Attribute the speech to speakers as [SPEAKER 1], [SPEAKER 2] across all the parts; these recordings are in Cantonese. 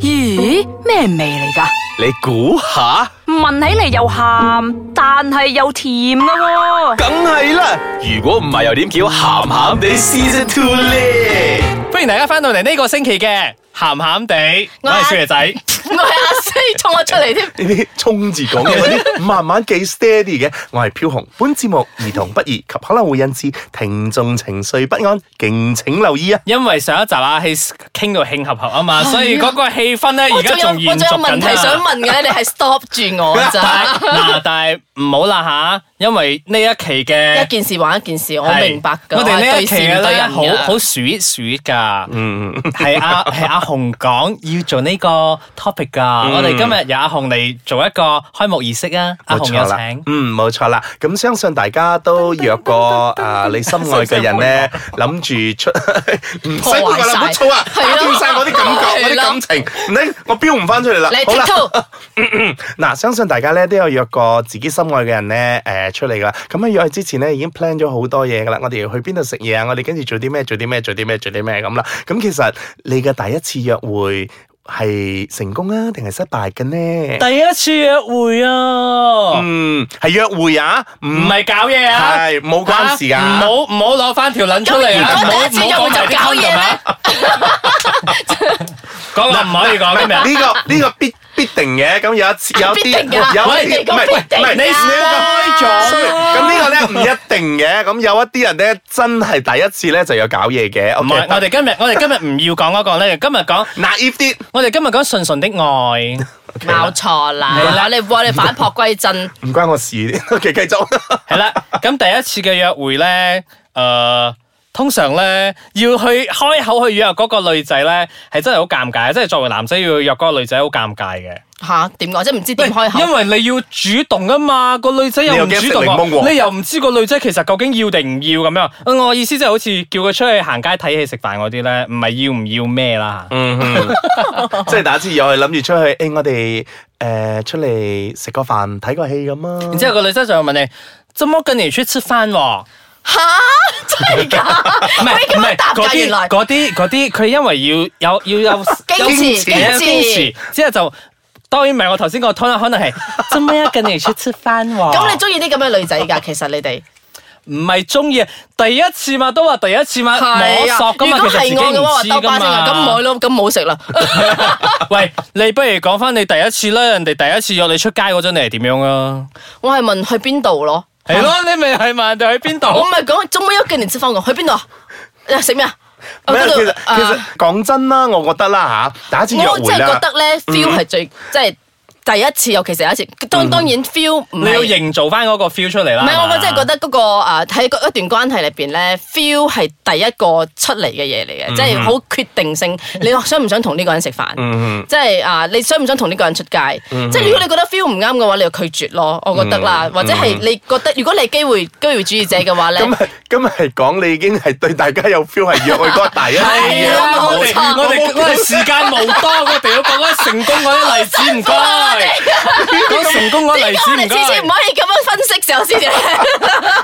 [SPEAKER 1] 咦，咩味嚟噶？
[SPEAKER 2] 你估下，
[SPEAKER 1] 聞起嚟又鹹，但係又甜噶喎、
[SPEAKER 2] 梗係啦。如果唔係又點叫鹹鹹地 Season Two 咧？
[SPEAKER 3] 歡迎大家翻到嚟呢個星期嘅鹹鹹地，我係少爺仔。
[SPEAKER 4] 我係阿西衝咗出嚟添，
[SPEAKER 5] 呢啲衝字講 嘅嗰啲，慢慢記 steady 嘅。我係飄紅，本節目兒童不宜及可能會引致聽眾情緒不安，敬請留意啊！
[SPEAKER 3] 因為上一集阿希傾到慶合合啊 嘛，所以嗰個氣氛咧而
[SPEAKER 4] 我
[SPEAKER 3] 家
[SPEAKER 4] 仲有
[SPEAKER 3] 仲
[SPEAKER 4] 我
[SPEAKER 3] 延
[SPEAKER 4] 仲
[SPEAKER 3] 續
[SPEAKER 4] 有問題
[SPEAKER 3] 緊
[SPEAKER 4] 想
[SPEAKER 3] 啊。
[SPEAKER 4] 問嘅，你係 stop 住 我
[SPEAKER 3] 但
[SPEAKER 4] 咋？
[SPEAKER 3] 係嗱，但係唔好啦吓，因為呢一期嘅
[SPEAKER 4] 一件事玩一件事，我
[SPEAKER 3] 係
[SPEAKER 4] 明白噶。
[SPEAKER 3] 我哋呢一期嘅
[SPEAKER 4] 我係對事唔對
[SPEAKER 3] 咧，
[SPEAKER 4] 人
[SPEAKER 3] 好
[SPEAKER 4] 㗎
[SPEAKER 3] 好 sweet sweet 噶，嗯，係 阿係阿紅講要做呢個 topic 噶，我哋今日有阿紅嚟做一個開幕儀式啊，阿
[SPEAKER 5] 冇
[SPEAKER 3] 紅
[SPEAKER 5] 錯
[SPEAKER 3] 有
[SPEAKER 5] 啦
[SPEAKER 3] 請，。
[SPEAKER 5] 嗯，冇錯啦。咁相信大家都約 過啊，你心愛嘅人咧，諗住出 唔使
[SPEAKER 4] 破
[SPEAKER 5] 講
[SPEAKER 4] 壞
[SPEAKER 5] 啦，
[SPEAKER 4] 晒
[SPEAKER 5] 唔好嘈啊，
[SPEAKER 4] 係
[SPEAKER 5] 打
[SPEAKER 4] 咯
[SPEAKER 5] 斷晒我啲感 覺，我
[SPEAKER 4] 係
[SPEAKER 5] 啲
[SPEAKER 4] 咯
[SPEAKER 5] 感情，你我標唔翻出嚟啦
[SPEAKER 4] 你。
[SPEAKER 5] 好啦
[SPEAKER 4] TikTok
[SPEAKER 5] 嗱，相信大家咧都有約過自己心愛嘅人咧，誒、出嚟噶啦。咁喺約佢之前咧已經 plan 咗好多嘢噶啦，我哋要去邊度食嘢啊，我哋跟住做啲咩，做啲咩，做啲咩，做啲咩咁啦。咁其實你嘅第一次約會係成功啊，定係失敗嘅呢？
[SPEAKER 3] 第一次約會啊，
[SPEAKER 5] 嗯，係約會啊，唔
[SPEAKER 3] 唔係搞嘢啊，
[SPEAKER 5] 係冇關事
[SPEAKER 3] 啊唔
[SPEAKER 5] 噶。
[SPEAKER 3] 好唔好攞翻條撚出嚟啊，
[SPEAKER 4] 咁
[SPEAKER 3] 唔
[SPEAKER 4] 如
[SPEAKER 3] 好
[SPEAKER 4] 果第一次
[SPEAKER 3] 唔好講埋
[SPEAKER 4] 約會
[SPEAKER 3] 啲
[SPEAKER 4] 就搞
[SPEAKER 3] condom
[SPEAKER 4] 嘢咩
[SPEAKER 3] 啊，嗰個唔可以講啊
[SPEAKER 5] 係
[SPEAKER 3] 今日。
[SPEAKER 5] 呢個呢個必必定嘅，咁有一次有
[SPEAKER 4] 啊必
[SPEAKER 5] 啲
[SPEAKER 4] 定㗎
[SPEAKER 5] 有一
[SPEAKER 4] 你
[SPEAKER 5] 啲
[SPEAKER 4] 講
[SPEAKER 5] 係
[SPEAKER 4] 必定
[SPEAKER 5] 係
[SPEAKER 4] 㗎
[SPEAKER 5] 你
[SPEAKER 3] 開
[SPEAKER 5] 所以
[SPEAKER 3] 咗啊，
[SPEAKER 5] 咁呢個咧唔一定嘅，咁有一啲人咧真係第一次咧就有搞嘢嘅。
[SPEAKER 3] 唔係
[SPEAKER 5] OK，
[SPEAKER 3] 我哋今日我哋今日唔要講嗰個咧，今日講
[SPEAKER 5] naive 啲。
[SPEAKER 3] 我哋今日講純純的 愛。
[SPEAKER 4] 冇錯
[SPEAKER 3] 啊係
[SPEAKER 4] 啦
[SPEAKER 3] 啦，
[SPEAKER 4] 你我哋反璞歸真，
[SPEAKER 5] 唔關我事。OK，繼 續。
[SPEAKER 3] 系啦，咁第一次嘅約會咧，诶、通常咧要去開口去約嗰個女仔咧，係真係好尷尬，即係作為男仔要約嗰個女仔好尷尬嘅。
[SPEAKER 4] 吓點講？即係唔知點開口。
[SPEAKER 3] 因為你要主動啊嘛，個女仔又唔主
[SPEAKER 5] 你又
[SPEAKER 3] 動
[SPEAKER 5] 驚食檸檬
[SPEAKER 3] 喎，
[SPEAKER 5] 喎
[SPEAKER 3] 你又唔知個女仔其實究竟要定唔要咁樣。呃我意思即係好似叫佢出去行街睇戲食飯嗰啲咧，唔係要唔要咩啦
[SPEAKER 4] 嗯
[SPEAKER 3] 吓。
[SPEAKER 5] 即係打次又係諗住出去，誒、我哋誒、呃出嚟食個飯睇個戲咁啊。
[SPEAKER 3] 然之後個女仔就會問你，怎麼跟你出吃 飯喎？
[SPEAKER 4] 吓真係㗎？
[SPEAKER 3] 唔係唔係
[SPEAKER 4] 啊答㗎
[SPEAKER 3] 嗰
[SPEAKER 4] 原
[SPEAKER 3] 啲
[SPEAKER 4] 來
[SPEAKER 3] 嗰啲嗰啲，佢因為要有要有
[SPEAKER 4] 矜持
[SPEAKER 3] 有
[SPEAKER 4] 矜持
[SPEAKER 3] 矜持，之後就當然唔係我頭先個 tone 啦可能係做咩啊？近嚟出出翻喎。
[SPEAKER 4] 咁你中意啲咁嘅女仔㗎？其實你哋
[SPEAKER 3] 唔係中意第一次嘛？都話第一次嘛，啊摸索噶嘛，
[SPEAKER 4] 啊如果
[SPEAKER 3] 其實自己
[SPEAKER 4] 係我嘅話，
[SPEAKER 3] 唔
[SPEAKER 4] 我兜
[SPEAKER 3] 知
[SPEAKER 4] 巴
[SPEAKER 3] 噶
[SPEAKER 4] 先啊，咁唔好
[SPEAKER 3] 嘛。
[SPEAKER 4] 咯，咁冇食 啦。
[SPEAKER 3] 喂，你不如講翻你第一次啦，人哋第一次約你出街嗰陣，你係點樣啊？
[SPEAKER 4] 我係問去邊度咯？
[SPEAKER 3] 係咯，你咪係問人哋去邊度
[SPEAKER 4] 我唔？係講中美一幾年先翻我，去邊度啊？你食咩啊？啊
[SPEAKER 5] 咩
[SPEAKER 4] 嗰
[SPEAKER 5] 其
[SPEAKER 4] 度
[SPEAKER 5] 實其實
[SPEAKER 4] 啊
[SPEAKER 5] 講真啦，我覺得啦嚇，打次約
[SPEAKER 4] 我真
[SPEAKER 5] 會
[SPEAKER 4] 係覺
[SPEAKER 5] 啦。
[SPEAKER 4] 得咧，feel 係最即係第一次，尤其是第一次。當當然 feel 唔
[SPEAKER 3] 你要
[SPEAKER 4] 係。
[SPEAKER 3] 營造翻嗰個 feel 出嚟
[SPEAKER 4] 唔
[SPEAKER 3] 啦。
[SPEAKER 4] 係，
[SPEAKER 3] 係嘛
[SPEAKER 4] 我真係覺得嗰、個啊喺嗰一段關係裏邊咧，feel 係第一個出嚟嘅嘢嚟嘅，即係好決定性。你想唔想同呢個人食飯？
[SPEAKER 5] 嗯
[SPEAKER 4] 即係啊，你想唔想同呢個人出街？即係如果你覺得 feel 唔啱嘅話，你就拒絕咯。我覺得啦，或者係你覺得如果你係機會機會主義者嘅話咧，
[SPEAKER 5] 今日今日係啊講你已經係對大家有 feel 係約去嗰個大 一。
[SPEAKER 3] 係啊，我哋
[SPEAKER 4] 冇錯
[SPEAKER 3] 我哋我哋時間冇多，我哋要講翻成功嗰啲例子，唔該。講成功嗰啲啊例子，
[SPEAKER 4] 我哋
[SPEAKER 3] 唔
[SPEAKER 4] 次次唔可
[SPEAKER 3] 該。
[SPEAKER 4] 以咁樣分析就 先嘅。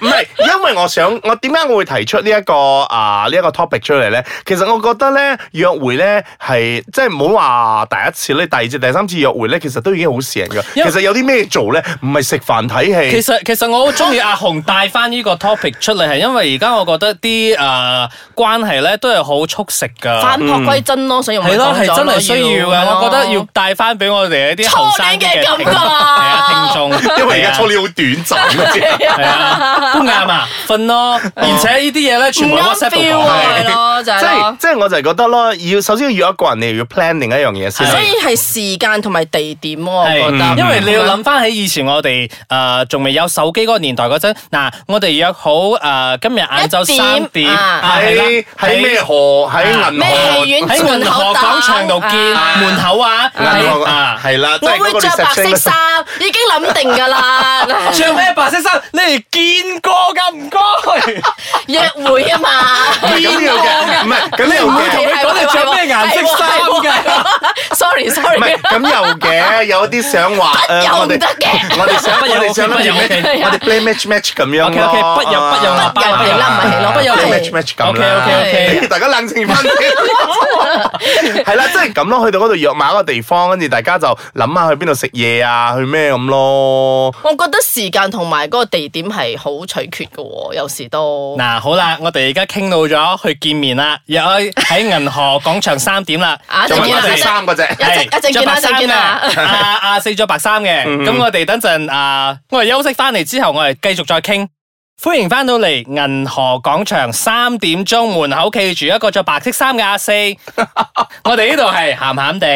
[SPEAKER 5] 唔係，因為我想我點解我會提出呢、一個啊呢一個 topic 出嚟咧？其實我覺得咧約會咧係即係唔好話第一次咧，第二次、第三次約會咧，其實都已經好成噶。其
[SPEAKER 3] 因為
[SPEAKER 5] 實有啲咩做咧，唔係食飯睇戲。
[SPEAKER 3] 其實其實我好中意阿紅帶翻呢個 topic 出嚟，係因為而家我覺得啲誒、呃、關係咧都係好速食
[SPEAKER 4] 反
[SPEAKER 3] 㗎，
[SPEAKER 4] 璞歸真咯，所以我咪
[SPEAKER 3] 係咯
[SPEAKER 4] 講咗
[SPEAKER 3] 係真係需要
[SPEAKER 4] 係
[SPEAKER 3] 㗎，
[SPEAKER 4] 咯
[SPEAKER 3] 我覺得要帶翻俾我哋一啲後生啲嘅
[SPEAKER 4] 初戀嘅
[SPEAKER 3] 聽
[SPEAKER 4] 感覺啊
[SPEAKER 3] 係啊聽眾，
[SPEAKER 5] 因為而家
[SPEAKER 3] 係啊
[SPEAKER 5] 初戀好短 暫嘅啫。
[SPEAKER 3] 係啊都啱啊，瞓咯，而且呢啲嘢咧全部
[SPEAKER 4] 唔啱
[SPEAKER 3] WhatsApp 度
[SPEAKER 4] feel
[SPEAKER 3] 講
[SPEAKER 4] 啊，
[SPEAKER 3] 嘅
[SPEAKER 4] 係咯，就
[SPEAKER 5] 即
[SPEAKER 4] 係
[SPEAKER 5] 係
[SPEAKER 4] 咯。
[SPEAKER 5] 即係我就係覺得咯，要首先要約一個人，你要 plan 另一樣嘢先。
[SPEAKER 4] 所以係時間同埋地點咯，我
[SPEAKER 3] 係嗯
[SPEAKER 4] 覺得。嗯
[SPEAKER 3] 因為你要諗翻起以前我哋誒仲未有手機嗰個年代嗰陣，嗱，我哋約好誒今日晏晝
[SPEAKER 4] 一點
[SPEAKER 3] 三點，
[SPEAKER 4] 啊
[SPEAKER 3] 啊係啦啊
[SPEAKER 5] 喺喺咩河？喺銀
[SPEAKER 4] 咩戲
[SPEAKER 5] 河。
[SPEAKER 4] 院
[SPEAKER 3] 喺銀河廣場度見
[SPEAKER 4] 啊
[SPEAKER 3] 門口啊，
[SPEAKER 5] 銀河
[SPEAKER 3] 啊。
[SPEAKER 5] 係啦，即
[SPEAKER 4] 我
[SPEAKER 5] 係嗰
[SPEAKER 4] 會
[SPEAKER 5] 個
[SPEAKER 4] 着白
[SPEAKER 5] reception
[SPEAKER 4] 色
[SPEAKER 5] 啦
[SPEAKER 4] 衫，已經諗定㗎啦。
[SPEAKER 3] 着咩白色衫？你哋見過㗎唔 該，
[SPEAKER 4] 約會 啊嘛，
[SPEAKER 5] 唔係咁樣嘅，唔係咁
[SPEAKER 3] 唔
[SPEAKER 4] 哦
[SPEAKER 5] 又
[SPEAKER 3] 會同
[SPEAKER 5] 嘅。
[SPEAKER 3] 你講你着咩顏色衫㗎。
[SPEAKER 4] Sorry
[SPEAKER 5] 唔係
[SPEAKER 4] sorry，
[SPEAKER 5] 咁又嘅，有啲想話誒，
[SPEAKER 4] 又
[SPEAKER 5] 我
[SPEAKER 4] 唔得
[SPEAKER 5] 哋
[SPEAKER 4] 嘅。
[SPEAKER 5] 我哋想
[SPEAKER 3] 不
[SPEAKER 5] 我
[SPEAKER 3] 有
[SPEAKER 5] 哋想
[SPEAKER 3] 不
[SPEAKER 5] 諗
[SPEAKER 3] 有
[SPEAKER 5] 住
[SPEAKER 3] 不
[SPEAKER 5] match，
[SPEAKER 4] 有
[SPEAKER 5] 我哋 play match match Ờ, 咁樣
[SPEAKER 3] OK OK，
[SPEAKER 5] 咯
[SPEAKER 3] 不有不有
[SPEAKER 5] 啊
[SPEAKER 3] 我包埋
[SPEAKER 4] 不有啦唔係咯不有
[SPEAKER 5] 啊
[SPEAKER 4] 係
[SPEAKER 5] play match match 咁啦
[SPEAKER 3] OK，OK，OK
[SPEAKER 5] 大家冷靜翻啲。係啦，即係咁咯。去到嗰度約埋一個地方，跟住大家就諗下去邊度食嘢啊，去咩咁咯。
[SPEAKER 4] 我覺得時間同埋嗰個地點係好取決嘅喎，有時都。，
[SPEAKER 3] 嗱，好啦，我哋而家傾到咗去見面啦， 約喺喺銀河廣場三點啦
[SPEAKER 4] 啊一陣
[SPEAKER 5] 仲
[SPEAKER 4] 見
[SPEAKER 5] 有
[SPEAKER 4] 啦
[SPEAKER 5] 第三個啫。
[SPEAKER 4] 一陣一陣見啦，一陣見啦。
[SPEAKER 3] 阿阿四着白衫嘅，咁我哋等陣啊，我哋休息翻嚟之後，我哋繼續再傾。歡迎翻到嚟銀河廣場三點鐘門口企住一個着白色衫嘅阿 四，我哋呢度係鹹鹹地，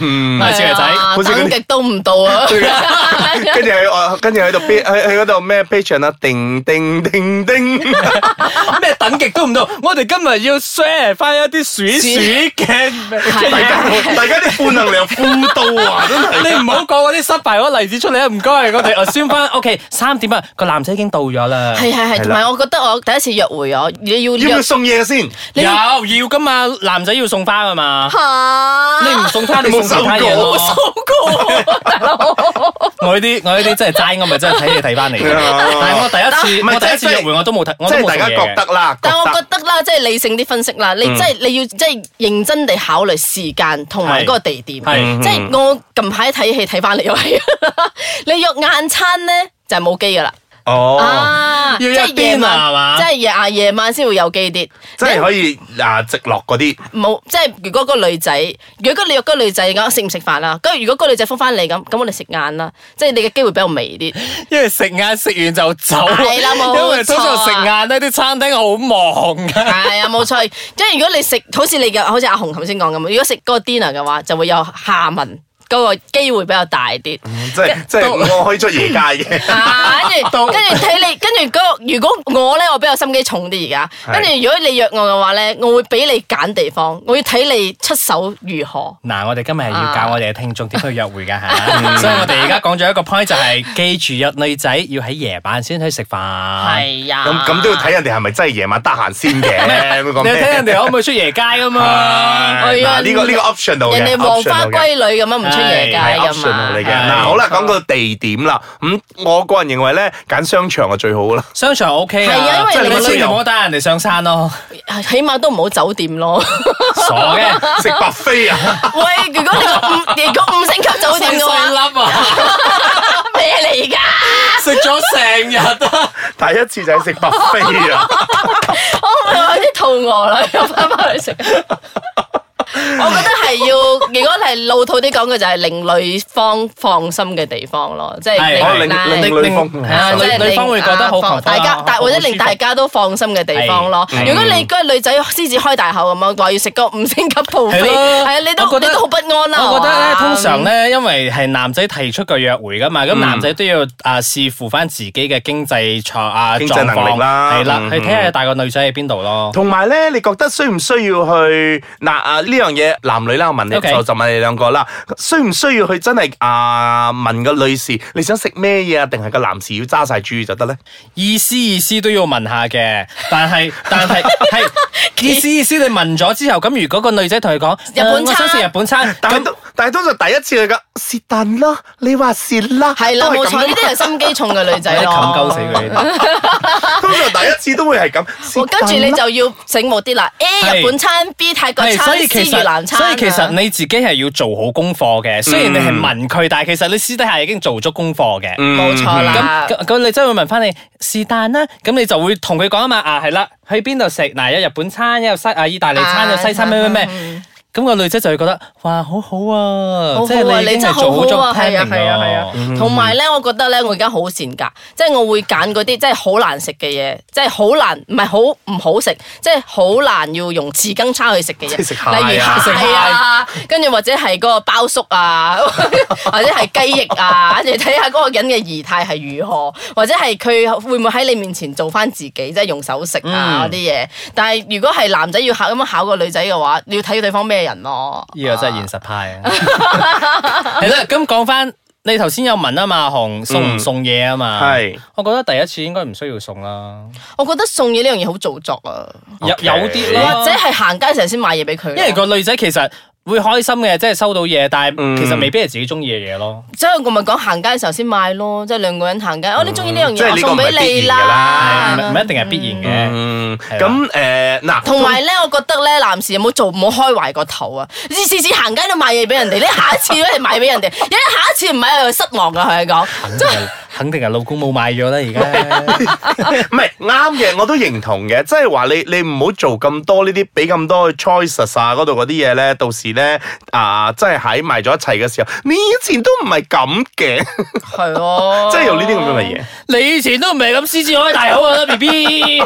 [SPEAKER 5] Ừ.
[SPEAKER 3] 我係小爺仔。
[SPEAKER 4] 啊
[SPEAKER 5] 好似嗰啲
[SPEAKER 4] 等極都唔到啊！
[SPEAKER 5] 跟住喺我，跟住喺度 p 喺喺嗰度咩 patron 啊，叮叮叮叮，
[SPEAKER 3] 咩等極都唔到，我哋今日要 share 翻一啲鼠 鼠嘅，
[SPEAKER 5] 大家啲負能量呼到 啊，真係。
[SPEAKER 3] 你唔好講嗰啲失敗嗰個例子出嚟啊！唔該，我哋我宣翻，OK，三點啊，個男仔已經到咗啦。
[SPEAKER 4] 係係係，同埋我覺得我第一次約會我你要
[SPEAKER 5] 要唔
[SPEAKER 4] 約
[SPEAKER 5] 要送嘢先？
[SPEAKER 3] 有要噶嘛，男仔要送花噶嘛。
[SPEAKER 4] 啊嚇
[SPEAKER 3] 你唔送花，你送其他嘢咯。我呢啲我呢啲真係齋，我咪真係睇你睇翻嚟嘅。 但係我第一次
[SPEAKER 5] 啊唔係
[SPEAKER 3] 我第一次
[SPEAKER 5] 即係
[SPEAKER 3] 約會我都冇睇，我
[SPEAKER 5] 即
[SPEAKER 3] 都
[SPEAKER 5] 係
[SPEAKER 3] 冇
[SPEAKER 5] 大
[SPEAKER 3] 送
[SPEAKER 5] 家
[SPEAKER 3] 嘢
[SPEAKER 5] 覺
[SPEAKER 3] 嘅。
[SPEAKER 5] 得啦，
[SPEAKER 4] 但我
[SPEAKER 5] 覺
[SPEAKER 4] 覺
[SPEAKER 5] 得
[SPEAKER 4] 得啦，即係理性啲分析啦，你
[SPEAKER 3] 嗯
[SPEAKER 4] 即係你要即係認真地考慮時間同埋嗰個地點。
[SPEAKER 3] 係嗯
[SPEAKER 4] 即係我近排睇戲睇翻嚟又係， 你約晏餐咧就係冇機噶啦。
[SPEAKER 5] 哦，
[SPEAKER 4] 啊，
[SPEAKER 3] 要
[SPEAKER 4] 即
[SPEAKER 3] 一
[SPEAKER 4] 係夜
[SPEAKER 3] 邊啊係嘛
[SPEAKER 4] 晚，即係夜啊夜晚先會有機啲。
[SPEAKER 5] 即係可以啊直落嗰啲，
[SPEAKER 4] 冇，即係如果個女仔，如果你約個女仔咁食唔食飯啦，跟住如果個女仔覆翻你咁，咁我哋食晏啦，即係你嘅機會比較微啲。
[SPEAKER 3] 因為食晏食完就走。
[SPEAKER 4] 係啦冇錯啊
[SPEAKER 3] 因為通常食晏呢啲餐廳好忙㗎。
[SPEAKER 4] 係啊，冇錯。即係如果你食好似你嘅，好似阿紅頭先講咁，如果食嗰個 dinner 嘅話，就會有下文嗰、個機會比較大啲。
[SPEAKER 5] 即係即係我可以出夜街 嘅。
[SPEAKER 4] 啊，跟住跟住睇你，跟住嗰個如果我咧，我比較心機重啲而家。
[SPEAKER 5] 係
[SPEAKER 4] 跟住如果你約我嘅話咧，我會俾你揀地方，我要睇你出手如何。
[SPEAKER 3] 嗱，我哋今日係要教
[SPEAKER 4] 啊
[SPEAKER 3] 我哋嘅聽眾點去約會㗎 吓，所以我哋而家講咗一個 point 就係記住約女仔要喺夜晚先去食飯。係。
[SPEAKER 4] 係啊，
[SPEAKER 5] 咁咁都要睇人哋係咪真係夜晚得閒先嘅？ 你
[SPEAKER 3] 你睇人哋可唔可以出夜街㗎嘛？
[SPEAKER 4] 哎呀
[SPEAKER 5] 嗱呢個呢個 option 度嘅，
[SPEAKER 4] 人哋黃花
[SPEAKER 5] optional 嘅
[SPEAKER 4] 閨女咁樣唔出夜街
[SPEAKER 5] 係
[SPEAKER 4] 噶
[SPEAKER 5] optional
[SPEAKER 4] 嘛
[SPEAKER 5] 嚟嘅。。
[SPEAKER 3] 啊係
[SPEAKER 5] 嗱，好啦，講到地點啦，咁我個人認為咧，揀商場啊最好 啦。
[SPEAKER 3] 商場 O K
[SPEAKER 4] 係啊因為
[SPEAKER 3] 即係
[SPEAKER 4] 你
[SPEAKER 3] 你
[SPEAKER 4] 個
[SPEAKER 3] 千祈
[SPEAKER 5] 旅遊
[SPEAKER 3] 唔好帶人哋上山 咯，
[SPEAKER 4] 起碼都唔好酒店咯。
[SPEAKER 3] 傻嘅。
[SPEAKER 5] 食白飛啊！
[SPEAKER 4] 喂，如果你個五，如果五星級酒店嘅話，
[SPEAKER 3] 粒啊，
[SPEAKER 4] 咩嚟㗎？
[SPEAKER 3] 食咗成日啊！
[SPEAKER 5] 第一次就係食白飛啊！
[SPEAKER 4] 我咪話有啲肚餓啦，又翻返去食。我覺得係要，如果係老土啲講嘅，就係令女方放心嘅地方咯，即係
[SPEAKER 3] 係
[SPEAKER 5] 哦
[SPEAKER 4] 令
[SPEAKER 5] 令
[SPEAKER 4] 啦
[SPEAKER 5] 令女方
[SPEAKER 3] 啊
[SPEAKER 4] 即係
[SPEAKER 3] 女
[SPEAKER 4] 令
[SPEAKER 3] 方會覺得好
[SPEAKER 4] 啊
[SPEAKER 3] comfort
[SPEAKER 4] 大家
[SPEAKER 3] 啊
[SPEAKER 4] 大
[SPEAKER 3] 好
[SPEAKER 4] 或者
[SPEAKER 3] 舒服
[SPEAKER 4] 令大家都放心嘅地方咯。
[SPEAKER 3] 係嗯
[SPEAKER 4] 如果你嗰個女仔獅子開大口咁樣話要食個五星級鋪飛，
[SPEAKER 3] 係咯
[SPEAKER 4] 係啊，你都
[SPEAKER 3] 我覺
[SPEAKER 4] 你
[SPEAKER 3] 得
[SPEAKER 4] 都好不安啊嗯啦。
[SPEAKER 3] 我覺得咧，
[SPEAKER 4] 係嘛嗯
[SPEAKER 3] 通常咧，因為係男仔提出個約會噶嘛，咁男仔都要啊視乎翻自己嘅經濟狀啊
[SPEAKER 5] 經濟能力
[SPEAKER 3] 狀況
[SPEAKER 5] 啦
[SPEAKER 3] 係啦
[SPEAKER 5] 嗯，
[SPEAKER 3] 去睇下大個女仔喺邊度咯。
[SPEAKER 5] 哦同埋咧，你覺得需唔需要去嗱啊呢樣嘢男女啦？我問你
[SPEAKER 3] OK
[SPEAKER 5] 就就問你兩個啦，需唔需要去真係啊問個女士你想食咩嘢啊？定係個男士要揸晒豬就得咧？
[SPEAKER 3] 意思意思都要問下嘅，但係但 係係意思意思你問咗之後，咁如果個女仔同佢講
[SPEAKER 4] 日本餐
[SPEAKER 3] 呃我想食日本餐，
[SPEAKER 5] 但係
[SPEAKER 3] 咁
[SPEAKER 5] 都但係通常第一次去㗎是但啦，你話是啦，
[SPEAKER 4] 係啦，
[SPEAKER 5] 都係
[SPEAKER 4] 冇
[SPEAKER 5] 咁
[SPEAKER 4] 錯，呢啲係心機重嘅女
[SPEAKER 3] 就
[SPEAKER 4] 仔咯。
[SPEAKER 3] 冚鳩死
[SPEAKER 4] 哦
[SPEAKER 3] 佢。
[SPEAKER 5] 通常第一次都會係咁。是
[SPEAKER 4] 我跟住
[SPEAKER 5] 但
[SPEAKER 4] 你
[SPEAKER 5] 啦
[SPEAKER 4] 就要醒目啲啦。A
[SPEAKER 3] 係
[SPEAKER 4] 日本餐，B 泰國
[SPEAKER 3] 係，所
[SPEAKER 4] 餐
[SPEAKER 3] 以
[SPEAKER 4] ，C
[SPEAKER 3] 其
[SPEAKER 4] 越南
[SPEAKER 3] 實，
[SPEAKER 4] 餐。啊
[SPEAKER 3] 所以其實你自己係要做好功課嘅。雖然你係問佢，但係其實你私底下已經做足功課嘅。
[SPEAKER 4] 冇錯啦
[SPEAKER 3] 咁。咁咁你真係會問翻你是但啦，咁你就會同佢講啊嘛，啊係啦，去邊度食？嗱有日本餐，有西啊意大利餐，有西餐咩咩咩
[SPEAKER 4] 嗯。
[SPEAKER 3] 咁個女仔就會覺得哇好好啊，
[SPEAKER 4] 好
[SPEAKER 3] 即
[SPEAKER 4] 好啊！
[SPEAKER 3] 係
[SPEAKER 4] 你
[SPEAKER 3] 已
[SPEAKER 4] 真
[SPEAKER 3] 經
[SPEAKER 4] 係
[SPEAKER 3] 係做
[SPEAKER 4] 好
[SPEAKER 3] 好
[SPEAKER 4] 好啊，
[SPEAKER 3] 咗
[SPEAKER 4] 係啊，
[SPEAKER 3] planning
[SPEAKER 4] 係啊，係
[SPEAKER 3] 咯。
[SPEAKER 4] 啊。同埋咧，我覺得咧，我而家好善格，即係我會揀嗰啲即係好難食嘅嘢，即係好難，唔係好唔好食，即係好難要用匙羹叉去食嘅嘢，
[SPEAKER 5] 即係食蟹啊
[SPEAKER 4] 例如
[SPEAKER 5] 食
[SPEAKER 4] 蟹啊，跟住或者係嗰個包粟啊，或者係雞翼啊，跟住睇下嗰個人嘅儀態係如何，或者係佢會唔會喺你面前做翻自己，即係用手食啊嗰啲嘢。但係如果係男仔要考咁樣考個女仔嘅話，你要睇對方咩人咯。
[SPEAKER 3] 呢個真係現實派 啊！係啦，咁講翻你頭先有問啊嘛，紅送唔送嘢啊嘛？
[SPEAKER 5] 係，
[SPEAKER 3] 我覺得第一次應該唔需要送啦，
[SPEAKER 4] 我覺得送嘢呢樣嘢好做作啊，
[SPEAKER 3] 有有啲
[SPEAKER 5] 係
[SPEAKER 3] 啦
[SPEAKER 4] 或者係行街成先買嘢俾佢咯。
[SPEAKER 3] 因為個女仔其實會開心嘅，即係收到嘢，但
[SPEAKER 5] 嗯
[SPEAKER 3] 係其實未必係自己中意嘅嘢咯。
[SPEAKER 4] 所以我咪講行街嘅時候先買咯，即係兩個人行街，哦，你中意呢樣
[SPEAKER 5] 嗯即係
[SPEAKER 4] 嘢，
[SPEAKER 5] 呢
[SPEAKER 4] 我
[SPEAKER 5] 個
[SPEAKER 4] 送俾你
[SPEAKER 5] 唔係必然㗎
[SPEAKER 4] 啦
[SPEAKER 5] 啦。
[SPEAKER 3] 唔一定係必然嘅。
[SPEAKER 5] 嗯，
[SPEAKER 3] 係啦
[SPEAKER 5] 咁誒嗱，
[SPEAKER 4] 同埋咧，我覺得咧，男士有冇做唔好開懷個頭啊！你次次行街都買嘢俾人哋，你下一次咧買俾人哋， 因為下一次唔買又失望噶，佢講。
[SPEAKER 3] 肯定肯定係老公冇買咗啦，而 家
[SPEAKER 5] 唔係啱嘅，我都認同嘅，即係話你你唔好做咁多呢啲，俾咁多 choices 啊嗰度嗰啲嘢咧，到時咧啊，即係喺埋咗一齊嘅時候，你以前都唔係咁嘅，
[SPEAKER 4] 係咯，
[SPEAKER 5] 即係有呢啲咁樣嘅嘢。
[SPEAKER 3] 你以前都唔係咁獅子開大口噶啦，B B。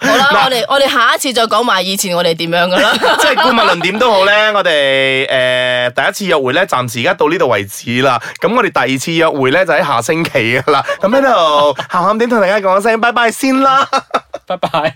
[SPEAKER 4] 好啦，我哋我哋下一次再講埋以前我哋點樣噶啦。
[SPEAKER 5] 即係顧物論點都好咧，我哋誒、呃第一次約會咧，暫時而家到呢度為止啦。咁我哋第二次約會咧就喺下 星期噶啦。咁喺度鹹鹹點同大家講聲拜拜先啦。
[SPEAKER 3] 拜拜。